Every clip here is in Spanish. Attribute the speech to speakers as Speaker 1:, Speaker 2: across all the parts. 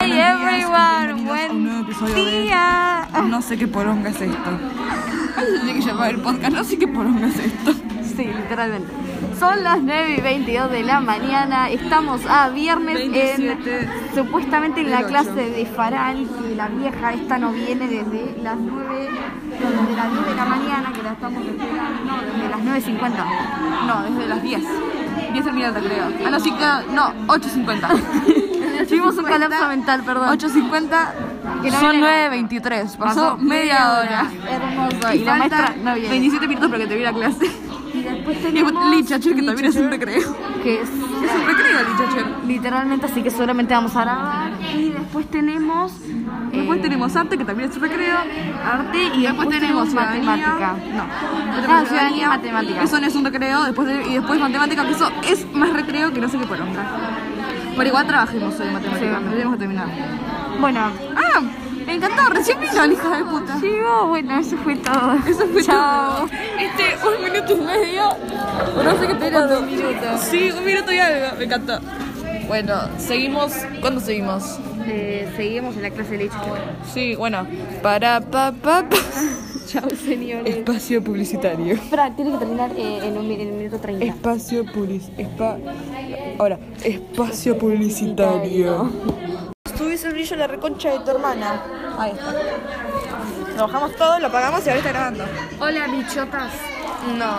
Speaker 1: Hey everyone, buen día.
Speaker 2: No sé qué poronga es esto. Así que llamaba el podcast, no sé qué poronga es esto.
Speaker 1: Sí, literalmente. Son las 9 y 22 de la mañana. Estamos a viernes en
Speaker 2: 27
Speaker 1: supuestamente en la
Speaker 2: del ocho.
Speaker 1: clase de Farán que la vieja esta no viene desde las 9 no, desde las 10 de la mañana que la estamos esperando. No, desde las 9.50.
Speaker 2: No, desde las 10. 10 terminata creo. A no, sí, claro, no, 8.50.
Speaker 1: Tuvimos un colapso mental, perdón.
Speaker 2: 8.50.
Speaker 1: Que no
Speaker 2: Son
Speaker 1: viene nada.
Speaker 2: 9.23. Pasó media hora.
Speaker 1: Hermoso. Y, la
Speaker 2: faltan
Speaker 1: maestra no viene.
Speaker 2: 27 minutos para que te vi la clase.
Speaker 1: Y después
Speaker 2: Y
Speaker 1: tenemos
Speaker 2: Lichacher, que también es un
Speaker 1: Lichacher,
Speaker 2: recreo.
Speaker 1: Que es
Speaker 2: Es un recreo, Lichacher.
Speaker 1: literalmente así que seguramente vamos a grabar. Y después tenemos.
Speaker 2: Después
Speaker 1: eh,
Speaker 2: tenemos arte, que también es un recreo.
Speaker 1: arte y después, tenemos
Speaker 2: ciudadanía.
Speaker 1: matemática.
Speaker 2: No.
Speaker 1: Ah,
Speaker 2: Tenemos
Speaker 1: ciudadanía y matemática.
Speaker 2: Eso no es un recreo. Después de- y después matemática, que eso es más recreo que no sé qué poronga. Pero igual trabajemos hoy en matemática.
Speaker 1: Sí.
Speaker 2: no Tenemos que terminar.
Speaker 1: Bueno,
Speaker 2: Ah, me encantó. Recién vino la hija de puta.
Speaker 1: sigo. Bueno, eso fue todo.
Speaker 2: Eso fue
Speaker 1: Chao.
Speaker 2: todo. Este, un minuto y medio. o No sé qué esperando. Sí, un minuto y algo. Me encantó. Bueno, seguimos. ¿Cuándo seguimos?
Speaker 1: Eh, seguimos en la clase de leche.
Speaker 2: Sí, bueno. Para, pa, pa, pa. Oh,
Speaker 1: Chao, señores.
Speaker 2: Espacio publicitario.
Speaker 1: Eh, Espera, tiene que terminar eh, en un mi- en un minuto
Speaker 2: Eh,
Speaker 1: 30.
Speaker 2: Espacio public... Espa... Ahora, espacio publicitario.
Speaker 3: Subís el brillo a la reconcha de tu hermana. Ahí está. Lo bajamos todo, lo apagamos y ahora está grabando.
Speaker 1: Hola, bichotas.
Speaker 3: No.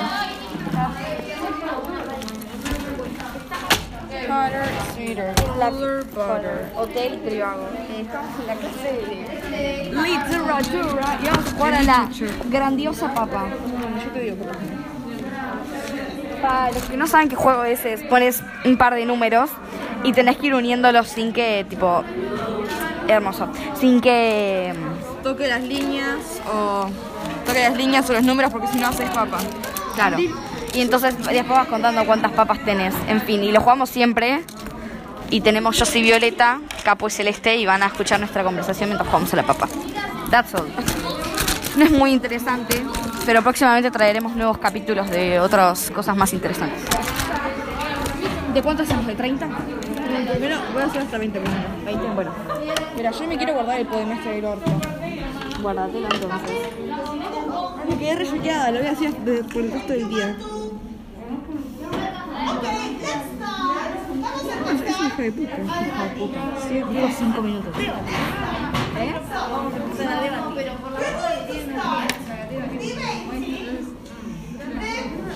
Speaker 3: Butter, sweeter. Color butter.
Speaker 1: Hotel privado.
Speaker 2: Eh,
Speaker 1: Estamos en la clase de
Speaker 2: Literatura.
Speaker 1: Para la grandiosa papa.
Speaker 3: Yo te digo, por favor.
Speaker 1: Para los que no saben qué juego es, es pones un par de números y tenés que ir uniéndolos sin que, tipo, hermoso, sin que... mm,
Speaker 3: Toque las líneas o. Toque las líneas o los números porque si no haces papa.
Speaker 1: Claro. Y entonces después vas contando cuántas papas tenés. En fin, y lo jugamos siempre. Y tenemos yo soy Violeta, Capo y Celeste y van a escuchar nuestra conversación mientras jugamos a la papa. That's all. No es muy interesante, pero próximamente traeremos nuevos capítulos de otras cosas más interesantes. ¿De cuánto hacemos? ¿De 30?
Speaker 3: Primero voy a hacer hasta 20 minutos.
Speaker 1: 20, bueno.
Speaker 3: Mira, yo me quiero guardar el podemestre del orto.
Speaker 1: Guárdatelo entonces.
Speaker 3: Me quedé re choqueada, lo voy a hacer de- por el resto del día. Es- Es una hija de puta. Hija de puta. Sí, digo cinco minutos. ¿Eh?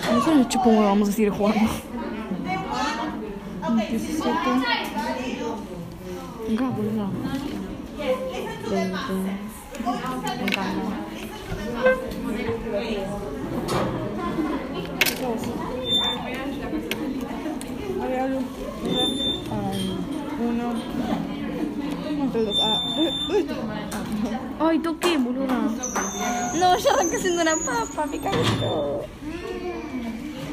Speaker 3: A nosotros nos chupa un huevo, vamos a seguir jugando. 17. Acá, por acá. 20. pues Uno. Entre dos. Ah, ¿dónde está?
Speaker 1: Ay, toqué, boluda. No, yo arranqué siendo una papa, me cago en todo.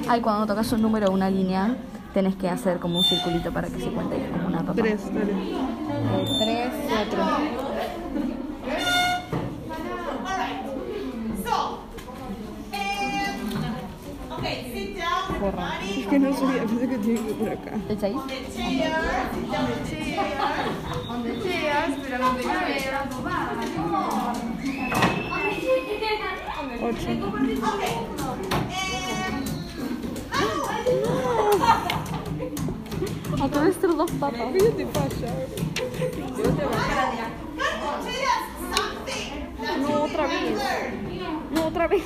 Speaker 1: Ay, cuando tocas un número o una línea, tenés que hacer como un circulito para que se cuente que es como una papa.
Speaker 3: Tres, dale.
Speaker 1: Tres, cuatro. Porra.
Speaker 3: Es que no sabía, pensé que tenía que ir por acá.
Speaker 1: ¿El seis?
Speaker 3: Ocho.
Speaker 1: Acabé de ser dos papas.
Speaker 3: ¿Qué te pasa?
Speaker 1: No, otra vez. No, otra vez.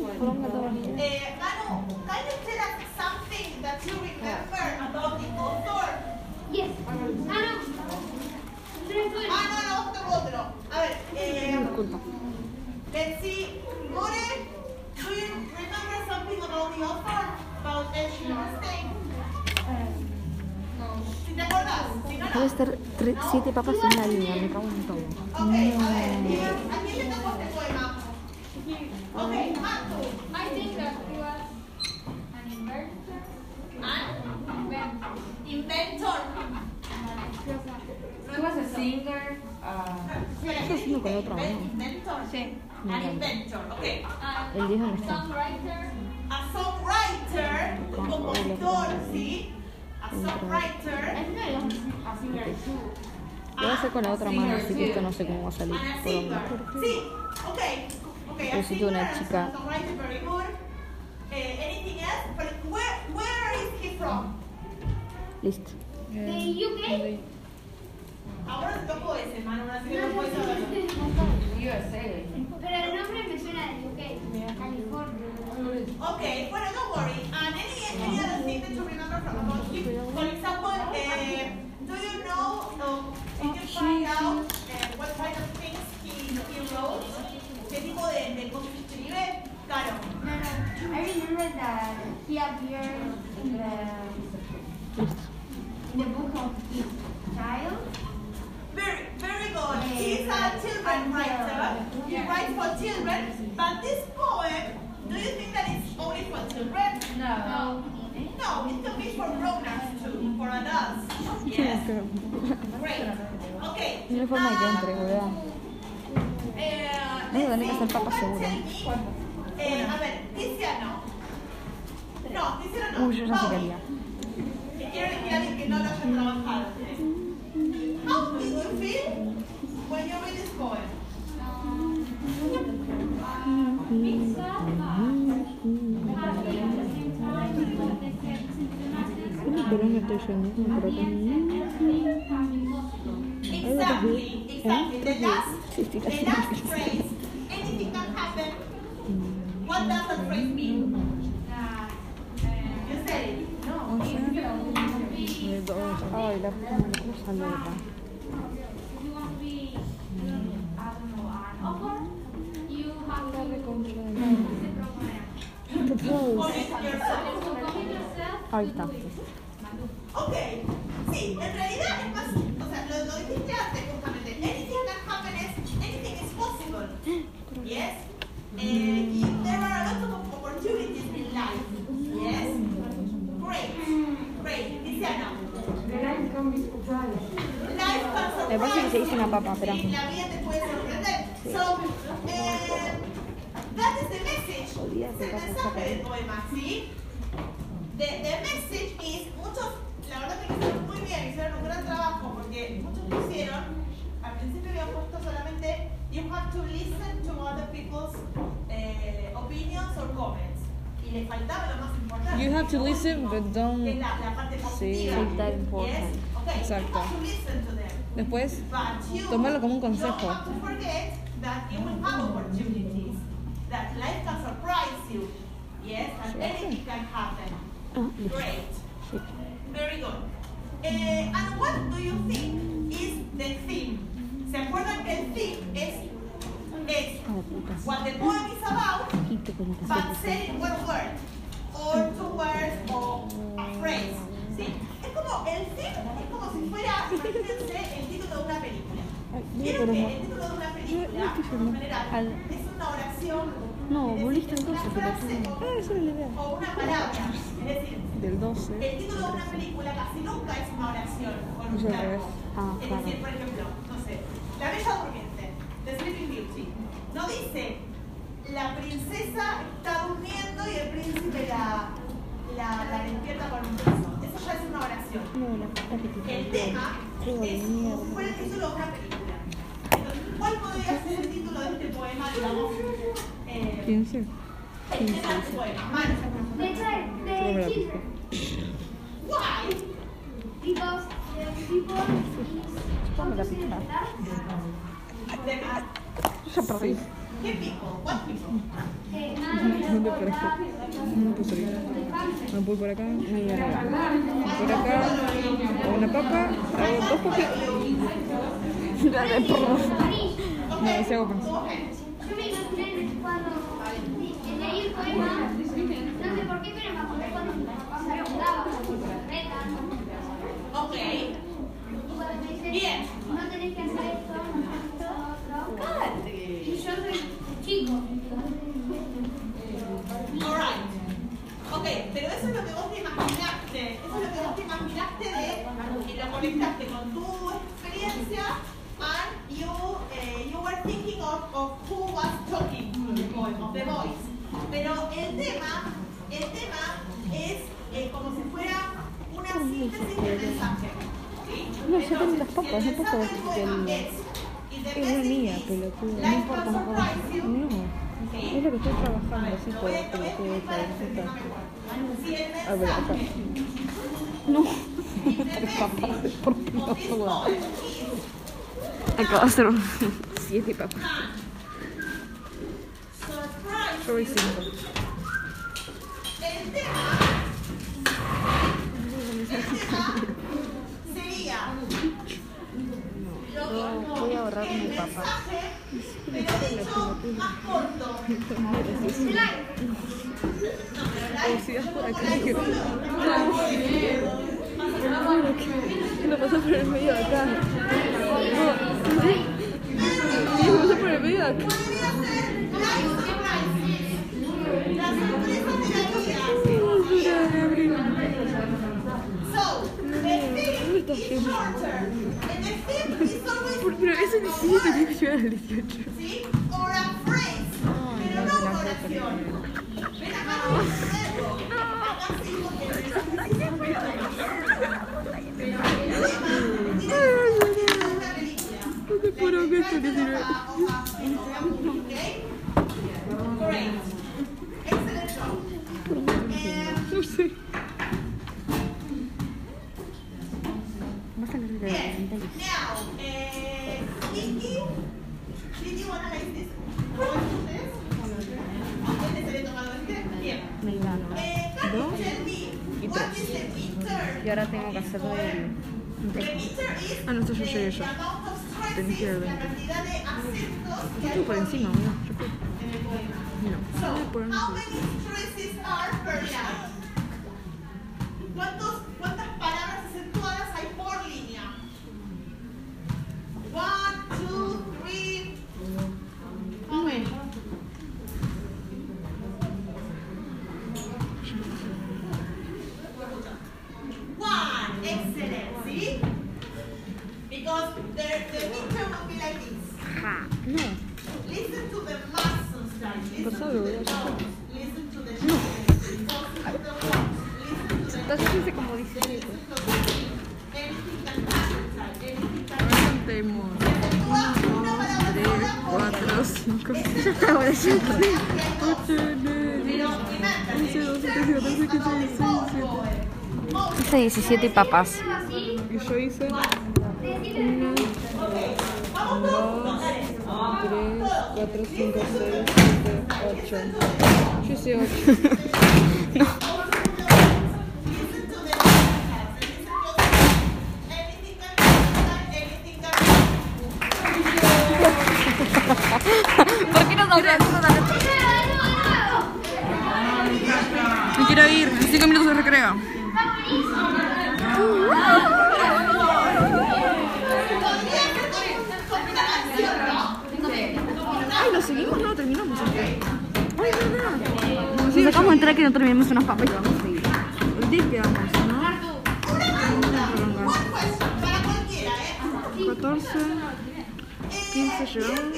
Speaker 4: Eh, Manu, can you tell us something that you remember about the author?
Speaker 5: Yes. Ah, no.
Speaker 4: Ah, no, no, otro, otro. A ver, eh, let's see. More, do you remember something about the author? About that she was saying? No. ¿Sí te acuerdas? Si no, no.
Speaker 1: Acabo de ser tre- siete papas en una línea, me cago en todo.
Speaker 4: Ok, a ver, eh, ¿a quién le tocó este poema? Ok, Manu.
Speaker 5: I think that was an inverse.
Speaker 4: An inventor.
Speaker 5: He was a singer.
Speaker 4: Inventor. Sí. An inventor, ok.
Speaker 1: El 10 dónde está.
Speaker 5: Songwriter.
Speaker 4: A songwriter. escritor, ¿sí? A songwriter.
Speaker 5: A singer too.
Speaker 1: Lo voy a hacer con la otra mano, así que esto no sé cómo va a salir.
Speaker 4: And a
Speaker 1: por dónde.
Speaker 4: singer. Sí, ok. Okay,
Speaker 1: Yo
Speaker 4: a
Speaker 1: soy
Speaker 4: singer
Speaker 1: una
Speaker 4: and a
Speaker 1: chica.
Speaker 4: songwriter, very good. Eh, anything else? But where, where is he from?
Speaker 1: Listo.
Speaker 5: The UK?
Speaker 4: Ahora se tocó ese, hermano, así que no puedes saberlo.
Speaker 5: Pero el nombre me suena de UK. California.
Speaker 4: Okay, well, don't worry. Ah, And any, any other thing that you remember from about him? For example, eh, do you know, um, did you find out eh, what kind of things he, he wrote? ¿Qué tipo de, de cosas escribe? Claro.
Speaker 5: No, no. I remember that he appeared in the in the book of his child.
Speaker 4: Very, very good. He's a children writer. He writes for children. But this poem, do you think that it's only for children?
Speaker 5: No.
Speaker 4: No, it could be for grown-ups too, for adults. Yes. Great. Ah, Okay.
Speaker 1: No hay forma de que entre, boludo.
Speaker 4: Eh,
Speaker 1: Voy a tener que hacer
Speaker 4: let's see,
Speaker 1: papas
Speaker 4: you
Speaker 1: seguro.
Speaker 4: can tell me- Eh, a ver, Tiziano. No, Tiziano no.
Speaker 1: Uy, yo ya sé qué
Speaker 4: Pauli.
Speaker 1: haría.
Speaker 4: Que quiero decir a alguien que no lo haya trabajado. How do you feel when you read this poem?
Speaker 5: Mixed up. Happy at the same time. but they said it's not
Speaker 1: Pero no estoy yendo, no creo
Speaker 5: the answer, everything coming possible.
Speaker 4: Exactly, exactly. The last,
Speaker 1: ¿eh? Sí, sí,
Speaker 4: the
Speaker 1: casi.
Speaker 4: last phrase, anything can happen. What does that phrase mean?
Speaker 1: Mm.
Speaker 4: eh,
Speaker 5: That, uh,
Speaker 4: You say it.
Speaker 5: you want to be
Speaker 1: Ay, la puta madre, ¿cómo salió de acá?
Speaker 5: you want to be I don't know, an author, you have to it's
Speaker 1: Oh.
Speaker 4: Commit yourself.
Speaker 5: a program. So commit yourself
Speaker 1: Ahí está.
Speaker 4: Ok, sí, en realidad es más, o sea, lo, lo dijiste antes justamente, anything can happen is, anything is possible,
Speaker 1: Ah,
Speaker 4: yes? Eh, y there are a lot of opportunities in life, yes? Great, great, Tiziana. Life can surprise
Speaker 1: Me parece que se hizo una papa, espera.
Speaker 4: Sí, la vida te puede sorprender. So, eh, that is the message, es el mensaje del poema, ¿sí? The, the message is, muchos, la verdad que hicieron muy bien, hicieron un gran trabajo porque muchos pusieron, al principio habían puesto solamente, you have to listen to other people's eh, opinions or comments. Y le faltaba lo más importante.
Speaker 2: You have to listen, but don't-
Speaker 4: Que es la, la parte positiva.
Speaker 1: Take that important.
Speaker 4: Yes? Okay,
Speaker 2: Exacto.
Speaker 4: You have to listen to them.
Speaker 2: Después,
Speaker 4: But you
Speaker 2: Tómalo como un consejo.
Speaker 4: don't have to forget that you will have opportunities, that life can surprise you. Yes, and anything can happen. Great. Very good. Eh, and what do you think is the theme? ¿Se acuerdan que el theme es, es what the poem is about, but said in one word, or two words, o a phrase? ¿Sí? Es como el theme, es como si fuera, imagínense, el título de una película. Vieron que el título de una película, por lo general, es una oración.
Speaker 1: No,
Speaker 4: es decir,
Speaker 1: volviste
Speaker 4: es una
Speaker 1: entonces, pero
Speaker 4: frase
Speaker 1: tú no.
Speaker 4: o- o una palabra. Es decir,
Speaker 2: del 12.
Speaker 4: el título de una película casi nunca es una oración con un
Speaker 1: Es al
Speaker 4: verbo.
Speaker 1: revés. Ah,
Speaker 4: es
Speaker 1: claro.
Speaker 4: decir, por ejemplo, no sé, La Bella Durmiente, The Sleeping Beauty, no dice la princesa está durmiendo y el príncipe la, la, la despierta con un beso. Eso ya es una oración. El tema es fue el título de una película. Entonces, ¿cuál podría ser el título de este poema, digamos? Eh, El tema del poema, Manu.
Speaker 5: They try, they children.
Speaker 4: Why?
Speaker 5: Because the people is how to say that?
Speaker 4: The ma-
Speaker 1: Ya perdí.
Speaker 4: ¿Qué people? What people?
Speaker 5: The man of the
Speaker 2: No puse bien.
Speaker 5: family.
Speaker 2: No pude por acá. Ni por acá. Por acá. Una papa. Hago dos papas.
Speaker 5: Marie,
Speaker 2: No, ese hago más.
Speaker 4: Okay.
Speaker 5: yo me imaginé cuando leí el poema, no sé por qué, pero me acordé cuando mi papá me preguntaba por las retas.
Speaker 4: Okay.
Speaker 5: Y cuando me dice,
Speaker 4: Bien.
Speaker 5: no tenés que hacer esto, esto, otro. Y yo soy chico.
Speaker 4: Alright. Okay, pero eso es lo que vos te imaginaste. Eso es lo que vos te imaginaste de. Y lo conectaste con tu experiencia. And you, eh, you were thinking of, of who was talking to the boy, of the boys. Pero el tema, el tema es eh, como si fuera. de los pocos, no puedo decir que es la mía, pelotudo. No importa, no Es lo que estoy trabajando, así que pelotudo, A ver, acá. No. Tres papas, por
Speaker 1: Acabo de hacer un siete papas.
Speaker 4: El tema el tema sería voy a ahorrar mi papá. Pero dicho más corto. Blanco. O si vas por acá.
Speaker 2: Lo pasó por el medio de acá. No. Sí, lo pasó por el medio de acá.
Speaker 4: Podría ser life surprises. Las sorpresas de la vida. So, the thing is shorter. And the thing is always
Speaker 2: Pero eso es difícil, tenía que llegar al 18.
Speaker 4: ¿sí? Or a phrase, pero no una oración. Ven acá, no es un verbo. Acá sí, porque-
Speaker 2: No te puedo que esto no sirve.
Speaker 4: Okay? Great. Excellent job. Eh,
Speaker 2: No sé.
Speaker 4: Yes. Now, eh, Vicky, Vicky, what are like this? ¿Dónde se le tomado este? Bien. Eh, Carlos, tell me, what is the meter?
Speaker 1: Y ahora tengo que hacer de...
Speaker 4: The meter is
Speaker 2: Ah, no, esto yo
Speaker 4: the-
Speaker 2: llegué yo.
Speaker 4: the amount of stresses,
Speaker 2: Tenés que ir al
Speaker 4: la
Speaker 2: 20.
Speaker 4: cantidad de acentos que hay
Speaker 2: Por encima,
Speaker 4: poema.
Speaker 2: no. Yo creo. No.
Speaker 4: So,
Speaker 2: Voy a ponerme
Speaker 4: how
Speaker 2: por-
Speaker 4: many stresses are per line? ¿Cuántos, ¿Cuántas palabras acentuadas hay por línea? One, two, three. How many? One. Excellent. See? Because the, the picture will be like this. Listen to the muscles, guys. Listen to the toes. Listen to the shoulders. Listen to the arms. Listen to the
Speaker 1: Entonces hice como 17.
Speaker 4: Anything that happens, guys. Anything that
Speaker 2: Contemos.
Speaker 4: happens. Una palabra sola por
Speaker 2: 4, 5, 6,
Speaker 1: Ahora sí.
Speaker 2: 8, 9, 11, 12, 13, 14, 15, 16, 17.
Speaker 1: Hice 17 papas.
Speaker 2: Y yo hice
Speaker 4: Vamos todos.
Speaker 2: 4, 5, 6, 7, 8. Yo hice 8.
Speaker 4: Listen to the muscles. Listen to the anything that happens, guys. Anything that happens.
Speaker 1: ¿Por qué no nos
Speaker 2: Me quiero ir. 5 minutos de recreo. Ay, ¿nos seguimos? No, terminamos. Ay, verdad. Nos
Speaker 1: Nos acabamos de entrar que no terminamos unas papas y vamos a seguir.
Speaker 2: El 10 quedamos, ¿no?
Speaker 4: Una pregunta. One question. Para cualquiera, ¿eh?
Speaker 2: 14, 15 llevamos.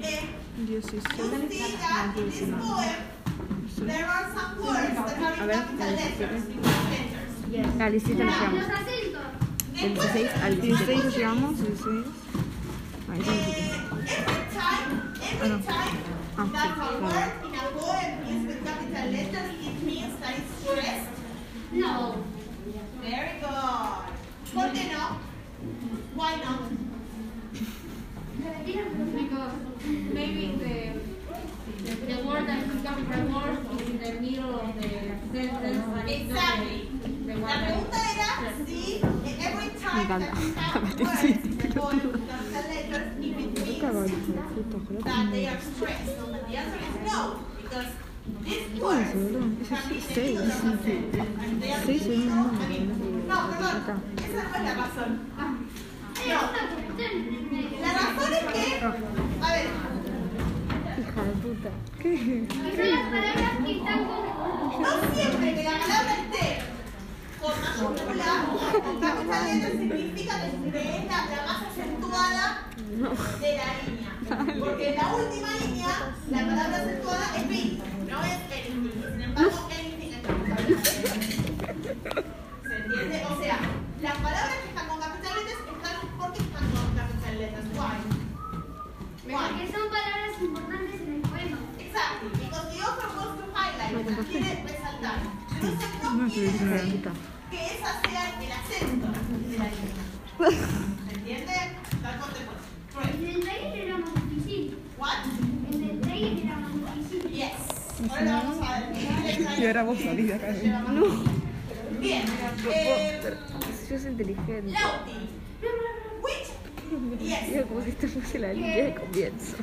Speaker 4: Eh,
Speaker 2: 16.
Speaker 4: You see that in this poem, there are some words that are in capital letters, in big letters.
Speaker 1: La lisita nos quedamos.
Speaker 4: And what is-
Speaker 2: 16 llegamos, 16. Ahí
Speaker 4: eh,
Speaker 2: está.
Speaker 4: every time, every time that a word in a poem is with capital letters, it means that it's stressed.
Speaker 5: No.
Speaker 4: Very good. ¿Por qué no? Why not?
Speaker 5: Because maybe the the word that is coming from more is in the middle of the sentence. and it's not
Speaker 4: Exactly.
Speaker 5: The the
Speaker 4: La
Speaker 5: one that
Speaker 4: pregunta era si eh, every time that you have words in a poem with capital letters, if it means that they are stressed. But the answer is no, because these words have been seis, and they are seis, no, I mean, no, perdón, esa no es la razón. No, la razón es que, a ver,
Speaker 5: Son las palabras que están con.
Speaker 4: no siempre que la palabra esté con mayúscula o con capital letra significa que es la, la más acentuada de la línea. Porque en la última línea, la palabra acentuada es B, no es anything. Sin embargo, anything es capital letters. ¿Se entiende? O sea, las palabras que están con capital letters este
Speaker 6: pues
Speaker 4: quiere resaltar. Pero eso no quiere decir que esa sea el acento de la lengua. ¿Se entiende? La consecuencia. Correct.
Speaker 5: En el taller era más difícil.
Speaker 4: What?
Speaker 5: En el taller era más difícil.
Speaker 4: Yes. Ahora la vamos a ver. Yo era vos salida acá. Bien. Eh,
Speaker 6: Yo soy inteligente.
Speaker 4: Lauti. Which? Yes.
Speaker 6: Digo, como si esta fuese la línea de comienzo.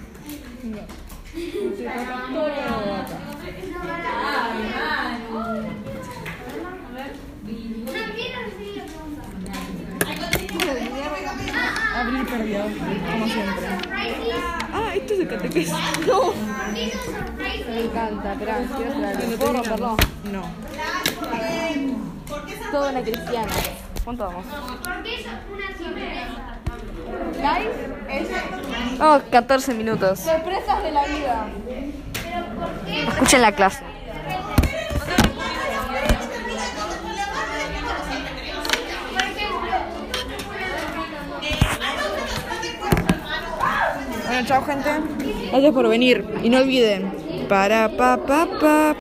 Speaker 5: No quiero recibir la pregunta.
Speaker 7: Abril perdió, como siempre.
Speaker 5: Surprises.
Speaker 2: Ah, esto es de catequesis. No.
Speaker 5: Little surprises.
Speaker 1: encanta, pero quiero traerlo. ¿Puedo romperlo?
Speaker 7: No.
Speaker 1: Toda una cristiana. ¿Cuánto vamos?
Speaker 5: Porque es una sorpresa.
Speaker 1: Oh, 14 minutos.
Speaker 5: Pero ¿por qué?
Speaker 1: Escuchen la clase.
Speaker 5: Por ejemplo,
Speaker 2: Bueno, chao, gente. Gracias por venir. Y no olviden. Para, pa, pa, pa.